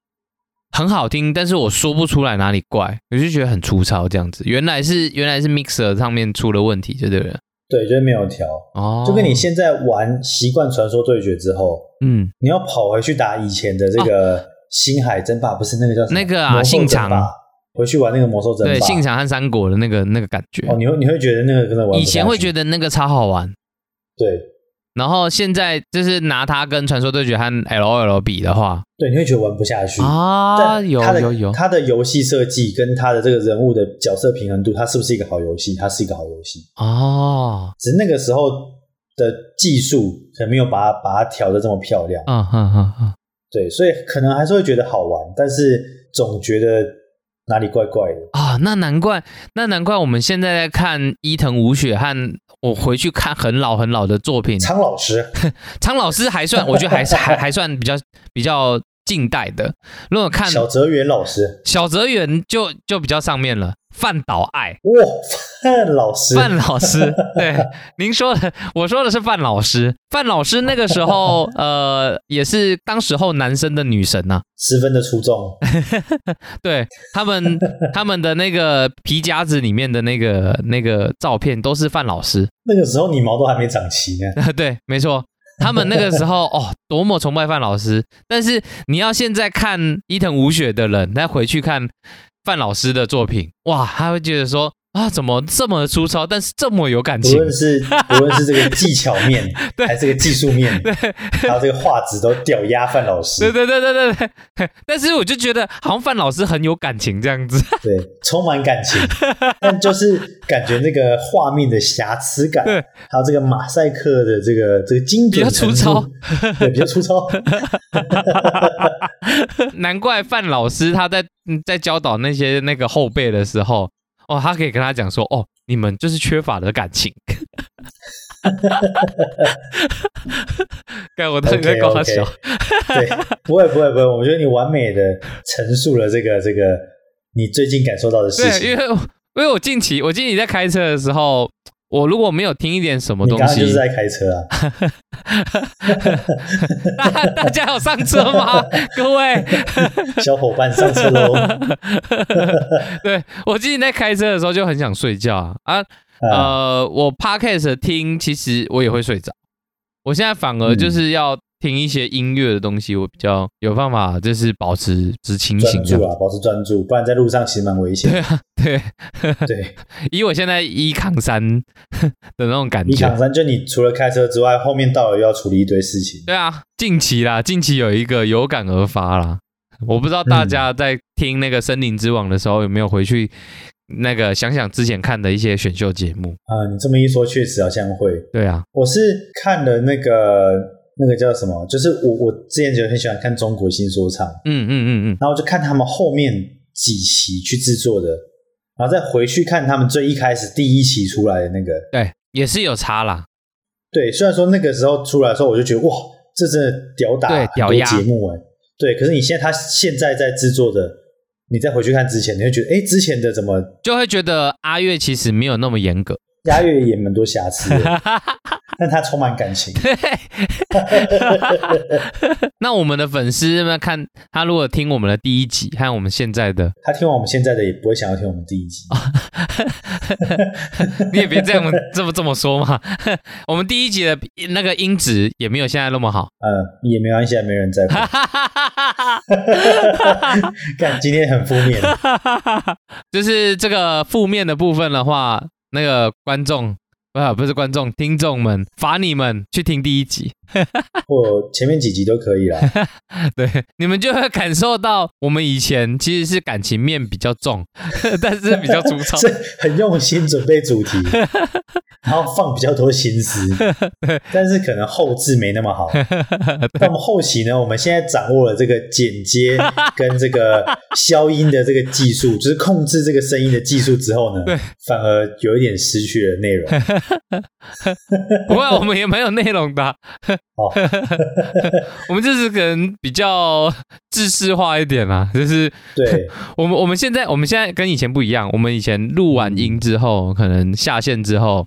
[SPEAKER 2] 很好听，但是我说不出来哪里怪，我就觉得很粗糙这样子。原来是原来是 mixer 上面出了问题，就对了。
[SPEAKER 1] 对，就是没有调，
[SPEAKER 2] 哦，
[SPEAKER 1] 就跟你现在玩习惯传说对决之后，
[SPEAKER 2] 嗯，
[SPEAKER 1] 你要跑回去打以前的这个星海争霸，不是那个叫什么
[SPEAKER 2] 哦那个啊
[SPEAKER 1] 魔兽
[SPEAKER 2] 信
[SPEAKER 1] 争
[SPEAKER 2] 长
[SPEAKER 1] 霸，回去玩那个魔兽争霸，
[SPEAKER 2] 对，信长和三国的那个那个感觉，
[SPEAKER 1] 哦，你会你会觉得那个可能玩不
[SPEAKER 2] 以前会
[SPEAKER 1] 下去
[SPEAKER 2] 觉得那个超好玩，
[SPEAKER 1] 对
[SPEAKER 2] 然后现在就是拿它跟传说对决和 L O L 比的话，
[SPEAKER 1] 对，你会觉得玩不下去。
[SPEAKER 2] 啊，
[SPEAKER 1] 但
[SPEAKER 2] 有
[SPEAKER 1] 它的
[SPEAKER 2] 有有，
[SPEAKER 1] 它的游戏设计跟它的这个人物的角色平衡度，它是不是一个好游戏？它是一个好游戏，
[SPEAKER 2] 哦，
[SPEAKER 1] 只是那个时候的技术可能没有把它把它调的这么漂亮，
[SPEAKER 2] 嗯哼哼哼，
[SPEAKER 1] 对，所以可能还是会觉得好玩，但是总觉得哪里怪怪的。
[SPEAKER 2] 啊，那难怪，那难怪我们现在在看伊藤舞雪和我回去看很老很老的作品，
[SPEAKER 1] 苍老 师，
[SPEAKER 2] 苍老师还算，我觉得还是还还算比较比较近代的。如果看
[SPEAKER 1] 小泽圆老师，
[SPEAKER 2] 小泽圆就就比较上面了，范岛爱。
[SPEAKER 1] 哇，范老师，
[SPEAKER 2] 范老师，对您说的，我说的是范老师。范老师那个时候，呃，也是当时候男生的女神呐、
[SPEAKER 1] 十分的出 众，
[SPEAKER 2] 对他们他们的那个皮夹子里面的那个那个照片都是范老师，
[SPEAKER 1] 那个时候你毛都还没长齐呢。
[SPEAKER 2] 对，没错。他们那个时候哦，多么崇拜范老师！但是你要现在看伊藤舞雪的人，再回去看范老师的作品，哇，他会觉得说啊，怎么这么粗糙，但是这么有感
[SPEAKER 1] 不
[SPEAKER 2] 情？
[SPEAKER 1] 论是不论是这个技巧面，
[SPEAKER 2] 对
[SPEAKER 1] 还是这个技术面，还有这个画质都屌压范老
[SPEAKER 2] 对
[SPEAKER 1] 师，
[SPEAKER 2] 对对对对对。 但是我就觉得好像范老师很有感情这样子。
[SPEAKER 1] 对，充满感 情，但就是感觉那个画面的瑕疵感，
[SPEAKER 2] 对
[SPEAKER 1] 还有这个马赛克的这个这个精准
[SPEAKER 2] 比较粗
[SPEAKER 1] 程度， 对，比较粗 糙。
[SPEAKER 2] 难怪范老师他在嗯在教导那些那个后辈的时候，哦，他可以跟他讲说，哦，你们就是缺乏了感情。干我到底在
[SPEAKER 1] OK
[SPEAKER 2] 搞
[SPEAKER 1] OK，
[SPEAKER 2] 笑
[SPEAKER 1] 对，不会不会不会，我觉得你完美的陈述了这个这个你最近感受到的事
[SPEAKER 2] 对，
[SPEAKER 1] 情
[SPEAKER 2] 因。为我因为我近期我近期在开车的时候，我如果没有听一点什么
[SPEAKER 1] 你
[SPEAKER 2] 东
[SPEAKER 1] 刚刚
[SPEAKER 2] 西
[SPEAKER 1] 就是，在开车啊，
[SPEAKER 2] 大 大家有上车吗？各位，
[SPEAKER 1] 小伙伴上车 喽！啊
[SPEAKER 2] 对我近期在开车的时候就很想睡觉啊啊。
[SPEAKER 1] 啊，
[SPEAKER 2] 呃，我 podcast 听，其实我也会睡着。我现在反而就是要听一些音乐的东西，我比较有办法，就是保持持清醒
[SPEAKER 1] 专
[SPEAKER 2] 这
[SPEAKER 1] 注
[SPEAKER 2] 样。
[SPEAKER 1] 啊，保持专注，不然在路上其实蛮危险的。
[SPEAKER 2] 对，啊
[SPEAKER 1] 对，
[SPEAKER 2] 以我现在一扛三的那种感
[SPEAKER 1] 你
[SPEAKER 2] 觉
[SPEAKER 1] 想。三，就你除了开车之外，后面到了又要处理一堆事情。
[SPEAKER 2] 对啊，近期啦，近期有一个有感而发啦。我不知道大家在听那个《森林之王》的时候，有没有回去那个想想之前看的一些选秀节目？
[SPEAKER 1] 啊、你这么一说，确实好像会。
[SPEAKER 2] 对啊，
[SPEAKER 1] 我是看了那个那个叫什么，就是我我之前就很喜欢看中国新说唱，
[SPEAKER 2] 嗯嗯嗯嗯，
[SPEAKER 1] 然后就看他们后面几期去制作的，然后再回去看他们最一开始第一期出来的那个。
[SPEAKER 2] 对，也是有差啦。
[SPEAKER 1] 对，虽然说那个时候出来的时候，我就觉得哇，这真的屌打
[SPEAKER 2] 对
[SPEAKER 1] 很
[SPEAKER 2] 屌
[SPEAKER 1] 多
[SPEAKER 2] 压
[SPEAKER 1] 节目哎、对，可是你现在他现在在制作的，你再回去看之前，你会觉得哎，之前的怎么
[SPEAKER 2] 就会觉得阿月其实没有那么严格，
[SPEAKER 1] 押韵也蛮多瑕疵的。 但他充满感 情。
[SPEAKER 2] 那我们的粉丝们看他如果听我们的第一集和我们现在的，
[SPEAKER 1] 他听完我们现在的，也不会想要听我们第一
[SPEAKER 2] 哦
[SPEAKER 1] 集。
[SPEAKER 2] 你也别这样这么这么说嘛。 我们第一集的那个音质也没有现在那么好。
[SPEAKER 1] 呃，也没关系，没人在乎。看，今天很负面。
[SPEAKER 2] 就是这个负面的部分的话，那个观众啊不是观众，听众们罚你们去听第一集。
[SPEAKER 1] 或前面几集都可以啦。
[SPEAKER 2] 对，你们就会感受到我们以前其实是感情面比较重， 但是比较粗糙。
[SPEAKER 1] 是很用心准备主题，然后放比较多心思，但是可能后置没那么好。那我们后期呢？我们现在掌握了这个剪接跟这个消音的这个技术，就是控制这个声音的技术之后呢，反而有一点失去了内容。
[SPEAKER 2] 不过我们也蛮有内容的啊、
[SPEAKER 1] 哦，
[SPEAKER 2] 我们就是可能比较知识化一点啦、就是
[SPEAKER 1] 对，
[SPEAKER 2] 我们我们现在我们现在跟以前不一样，我们以前录完音之后，可能下线之后，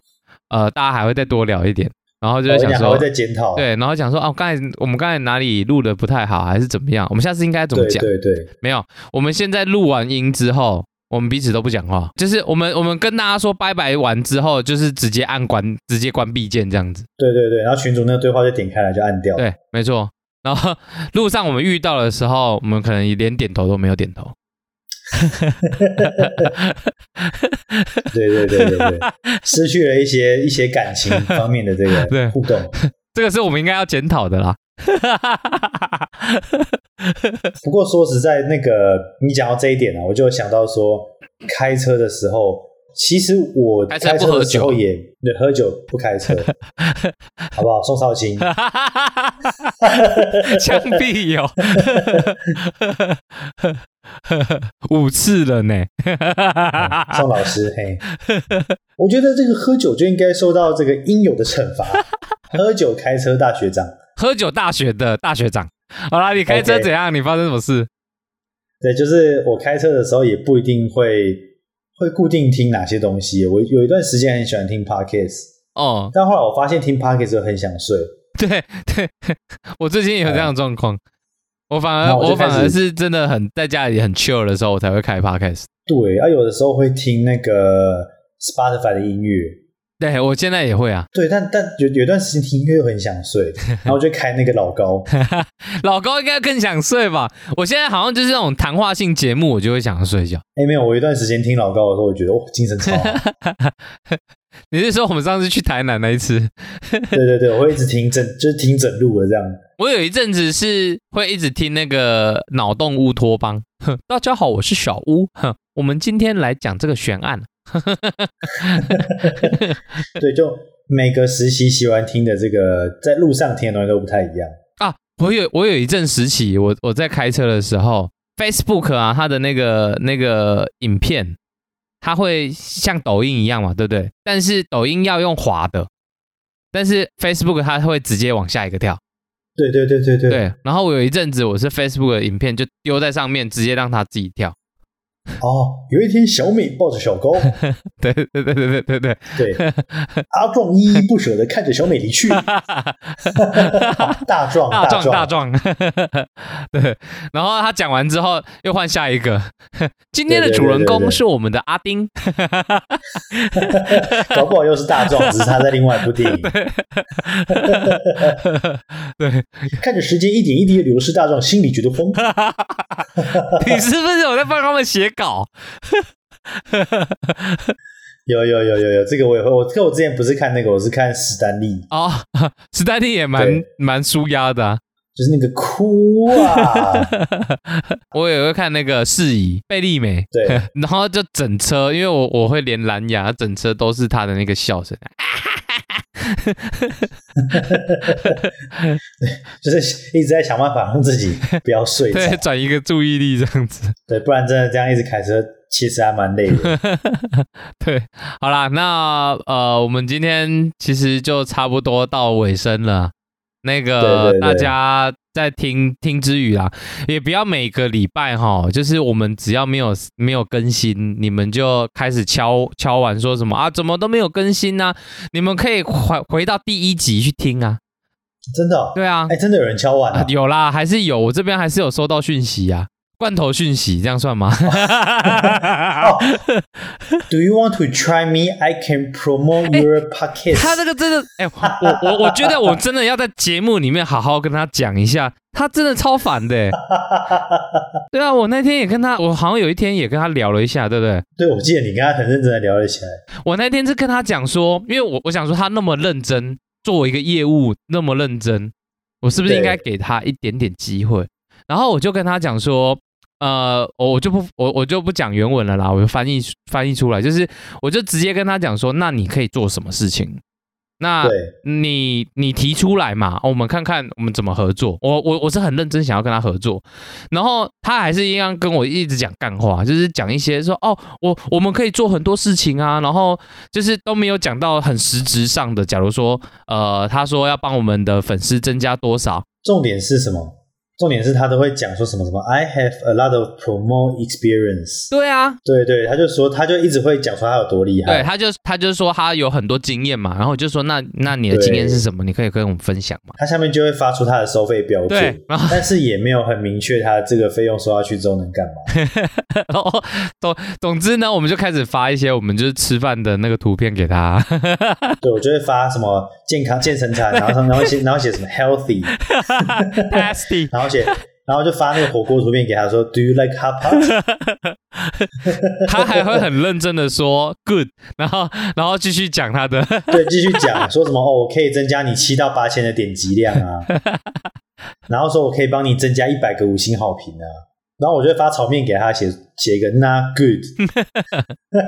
[SPEAKER 2] 呃，大家还会再多聊一点，然后就
[SPEAKER 1] 我
[SPEAKER 2] 会
[SPEAKER 1] 讲
[SPEAKER 2] 想
[SPEAKER 1] 哦还
[SPEAKER 2] 说
[SPEAKER 1] 会，再检讨。
[SPEAKER 2] 对，然后讲说哦，刚才我们刚才哪里录的不太好，还是怎么样？我们下次应该怎么
[SPEAKER 1] 对
[SPEAKER 2] 讲？
[SPEAKER 1] 对对，
[SPEAKER 2] 没有，我们现在录完音之后，我们彼此都不讲话，就是我们我们跟大家说拜拜完之后，就是直接按关，直接关闭键这样子。
[SPEAKER 1] 对对对，然后群主那个对话就点开来就按掉。
[SPEAKER 2] 对，没错。然后路上我们遇到的时候，我们可能连点头都没有点头。
[SPEAKER 1] 对对对对对，失去了一些一些感情方面的这
[SPEAKER 2] 对
[SPEAKER 1] 个互动。
[SPEAKER 2] 这个是我们应该要检讨的 啦。
[SPEAKER 1] 不过说实在，那个你讲到这一点啊，我就想到说，开车的时候，其实我
[SPEAKER 2] 开
[SPEAKER 1] 开
[SPEAKER 2] 车不
[SPEAKER 1] 车
[SPEAKER 2] 喝
[SPEAKER 1] 的时
[SPEAKER 2] 酒
[SPEAKER 1] 候也对喝酒不开 车，好不好？宋少卿，嗯
[SPEAKER 2] 枪毙哟、五次了呢。
[SPEAKER 1] 宋老师，嘿，我觉得这个喝酒就应该受到这个应有的惩罚。喝酒开车大学长，
[SPEAKER 2] 喝酒大学的大学长。好啦，你开车
[SPEAKER 1] OK
[SPEAKER 2] 怎样你发生什么事？
[SPEAKER 1] 对，就是我开车的时候也不一定会会固定听哪些东西。我有一段时间很喜欢听 podcast，
[SPEAKER 2] 哦，
[SPEAKER 1] 但后来我发现听 podcast 很想睡，
[SPEAKER 2] 对对，我最近也有这样的状况。我反而
[SPEAKER 1] 那我就
[SPEAKER 2] 我反
[SPEAKER 1] 开始
[SPEAKER 2] 而是真的很在家里很 chill 的时候，我才会开 podcast。
[SPEAKER 1] 对，啊，有的时候会听那个 Spotify 的音乐。
[SPEAKER 2] 对我现在也会啊，
[SPEAKER 1] 对，但但有有段时间听音乐又很想睡， 然后就开那个老高，
[SPEAKER 2] 老高应该更想睡吧？我现在好像就是那种谈话性节目，我就会想睡觉。
[SPEAKER 1] 哎，没有，我有一段时间听老高的时候，我觉得哦，精神 超好。
[SPEAKER 2] 你是说我们上次去台南那一次？
[SPEAKER 1] 对对对，我会一直听整，就是听整路的这样。
[SPEAKER 2] 我有一阵子是会一直听那个脑洞乌托邦。 哼大家好，我是小乌。 哼，我们今天来讲这个悬案。
[SPEAKER 1] 对，就每个实习喜欢听的这个，在路上听的东西都不太一样。
[SPEAKER 2] 啊，我有我有一阵时期，我我在开车的时候，Facebook 啊，它的那个那个影片，它会像抖音一样嘛，对不对？但是抖音要用滑的，但是 Facebook 它会直接往下一个跳。
[SPEAKER 1] 对对对对对，
[SPEAKER 2] 对，然后我有一阵子我是 Facebook 的影片就丢在上面，直接让它自己跳。
[SPEAKER 1] 哦，有一天小美抱着小高，
[SPEAKER 2] 对对对对对对对，
[SPEAKER 1] 对，阿壮依依不舍的看着小美离 去，哦大壮
[SPEAKER 2] 大壮
[SPEAKER 1] 壮
[SPEAKER 2] 大壮， 对。然后他讲完之后，又换下一个。 今天的主人
[SPEAKER 1] 对对对对
[SPEAKER 2] 公
[SPEAKER 1] 对
[SPEAKER 2] 是我们的阿 丁，
[SPEAKER 1] 搞不好又是大壮，只是他在另外一部电 影。
[SPEAKER 2] 对，
[SPEAKER 1] 看着时间一点一滴的流逝，大壮心里觉得 慌。
[SPEAKER 2] 你是不是有在帮他们写稿？
[SPEAKER 1] 有有有有有，这个我也会。我这个我之前不是看那个，我是看史丹利，
[SPEAKER 2] 哦， 史丹利也蛮
[SPEAKER 1] 对
[SPEAKER 2] 蛮舒压的啊、
[SPEAKER 1] 就是那个哭啊，
[SPEAKER 2] 我也会看那个释疑贝利美，
[SPEAKER 1] 对
[SPEAKER 2] 然后就整车，因为我我会连蓝牙，整车都是他的那个笑声。
[SPEAKER 1] 就是一直在想办法让自己不要睡着，
[SPEAKER 2] 对，转移个注意力这样子。
[SPEAKER 1] 对，不然真的这样一直开车，其实还蛮 累的。
[SPEAKER 2] 对，好啦，那呃，我们今天其实就差不多到尾声了。那个
[SPEAKER 1] 对对对
[SPEAKER 2] 大家在听听之余啦，也不要每个礼拜哈，就是我们只要没有没有更新，你们就开始敲敲完说什么啊，怎么都没有更新呢、你们可以回回到第一集去听啊。
[SPEAKER 1] 真的、哦，
[SPEAKER 2] 对啊，
[SPEAKER 1] 哎，真的有人敲碗了、
[SPEAKER 2] 啊有啦，还是有，我这边还是有收到讯息啊。罐头讯息，这样算吗？
[SPEAKER 1] 哦 Do you want to try me? I can promote your podcast。
[SPEAKER 2] 哎他这个真的，哎、我我我觉得我真的要在节目里面好好跟他讲一下，他真的超烦的、哎对啊，我那天也跟他，我好像有一天也跟他聊了一下，对不对？
[SPEAKER 1] 对，我记得你跟他很认真的聊了起来。
[SPEAKER 2] 我那天是跟他讲说，因为我我想说他那么认真作为一个业务那么认真，我是不是应该给他一点点机会？然后我就跟他讲说，呃，我我就不我我就不讲原文了啦，我就翻译翻译出来，就是我就直接跟他讲说，那你可以做什么事情？那
[SPEAKER 1] 对，
[SPEAKER 2] 你你提出来嘛，哦我们看看我们怎么合作。我我我是很认真想要跟他合作，然后他还是一样跟我一直讲干话，就是讲一些说哦，我我们可以做很多事情啊，然后就是都没有讲到很实质上的。假如说呃，他说要帮我们的粉丝增加多少，
[SPEAKER 1] 重点是什么？重点是他都会讲说什么什么，I have a lot of promo experience。
[SPEAKER 2] 对啊，
[SPEAKER 1] 对对，他就说，他就一直会讲说他有多厉
[SPEAKER 2] 对，
[SPEAKER 1] 害。
[SPEAKER 2] 他就他就说他有很多经验嘛，然后我就说那那你的经验是什么？你可以跟我们分享嘛。
[SPEAKER 1] 他下面就会发出他的收费标准
[SPEAKER 2] 对，然后
[SPEAKER 1] 但是也没有很明确他这个费用收下去之后能干 嘛。
[SPEAKER 2] 然后总总之呢，我们就开始发一些我们就是吃饭的那个图片给他。
[SPEAKER 1] 对我就会发什么健康健身餐，然后上面会写，然后写什么 healthy，
[SPEAKER 2] Pasty，
[SPEAKER 1] 然后写，然后就发那个火锅图片给他说，Do you like hot pot？
[SPEAKER 2] 他还会很认真的说 good，然后然后继续讲他的，
[SPEAKER 1] 对，继续讲说什么哦，我可以增加你七到八千的点击量 啊，然后说我可以帮你增加一百个五星好评啊，然后我就会发炒面给他写写一个 not good，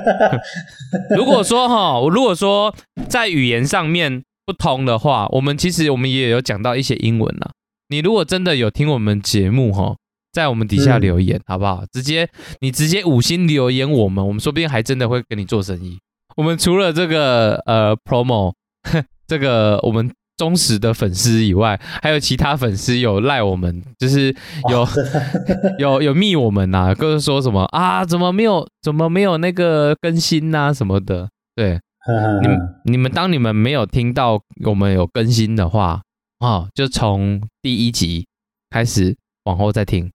[SPEAKER 2] 如果说哈，我如果说在语言上面不通的话，我们其实我们也有讲到一些英文啦。你如果真的有听我们节目哈，在我们底下
[SPEAKER 1] 嗯
[SPEAKER 2] 留言、好不好？直接你直接五星留言我们，我们说不定还真的会跟你做生意。我们除了这个呃 promo 这个我们忠实的粉丝以外，还有其他粉丝有赖我们，就是有、 有有密我们呐、就是说什么啊，怎么没有怎么没有那个更新呐、什么的。对，
[SPEAKER 1] 哼哼
[SPEAKER 2] 你们
[SPEAKER 1] 哼
[SPEAKER 2] 你们当你们没有听到我们有更新的话，哦，就从第一集开始往后再听。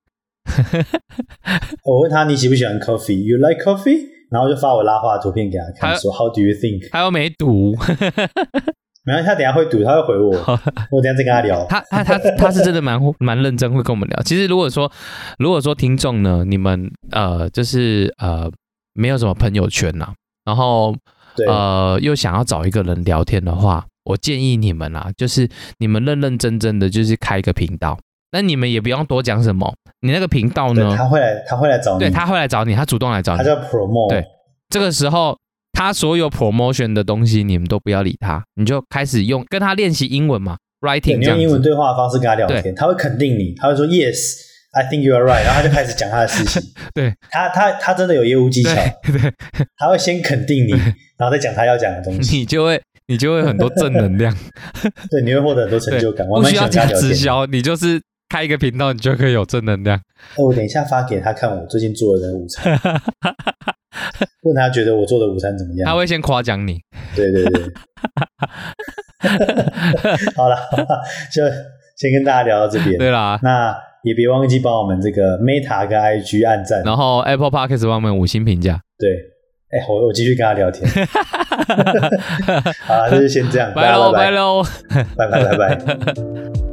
[SPEAKER 1] 我问他你喜不喜欢 coffee？You like coffee？然后就发我拉花的图片给他看，说 How do you think？
[SPEAKER 2] 还有没读，
[SPEAKER 1] 没关系，他等一下会读，他会回 我，我等一下再跟他聊。
[SPEAKER 2] 他他他他是真的蛮蛮认真，会跟我们聊。其实如果说如果说听众呢，你们呃就是呃没有什么朋友圈呐、然后
[SPEAKER 1] 对，
[SPEAKER 2] 呃，又想要找一个人聊天的话，我建议你们啦、啊就是你们认认真真的就是开一个频道，那你们也不用多讲什么，你那个频道
[SPEAKER 1] 对，
[SPEAKER 2] 呢，
[SPEAKER 1] 他会来，他会来找你，
[SPEAKER 2] 对他会来找你，他主动来找
[SPEAKER 1] 他
[SPEAKER 2] 你。
[SPEAKER 1] 叫 promo，
[SPEAKER 2] 对这个时候，他所有 promotion 的东西你们都不要理他，你就开始用跟他练习英文嘛
[SPEAKER 1] 对，
[SPEAKER 2] ，writing
[SPEAKER 1] 你
[SPEAKER 2] 这
[SPEAKER 1] 用英
[SPEAKER 2] 样
[SPEAKER 1] 文
[SPEAKER 2] 子。。
[SPEAKER 1] 对话的方式跟他聊天，他会肯定你，他会说 Yes，I think you are right，然后他就开始讲他的事情
[SPEAKER 2] 对，
[SPEAKER 1] 他他他真的有业务技巧，
[SPEAKER 2] 对 对，
[SPEAKER 1] 他会先肯定你，然后再讲他要讲的东 西。
[SPEAKER 2] 你就会你就会很多正能量，
[SPEAKER 1] 对，你会获得很多成
[SPEAKER 2] 对
[SPEAKER 1] 就感。， 我
[SPEAKER 2] 不
[SPEAKER 1] 蛮
[SPEAKER 2] 需
[SPEAKER 1] 喜
[SPEAKER 2] 要
[SPEAKER 1] 欢跟他
[SPEAKER 2] 加
[SPEAKER 1] 聊天
[SPEAKER 2] 直。销，你就是开一个频道，你就可以有正能量。
[SPEAKER 1] 哎，我等一下发给他看我最近做的午 餐，问他觉得我做的午餐怎么
[SPEAKER 2] 他
[SPEAKER 1] 样？
[SPEAKER 2] 会先夸奖你，
[SPEAKER 1] 对对 对。好了， 就先跟大家聊到这边。
[SPEAKER 2] 对啦。
[SPEAKER 1] 那也别忘记帮我们这个 Meta 跟 IG 按赞。
[SPEAKER 2] 然后 Apple Podcast 帮我们五星评价，
[SPEAKER 1] 对，哎、我我继续跟他聊天。好啦，那就先这样，
[SPEAKER 2] 拜
[SPEAKER 1] 大家
[SPEAKER 2] 喽
[SPEAKER 1] 拜
[SPEAKER 2] 拜喽。
[SPEAKER 1] 拜拜拜拜拜。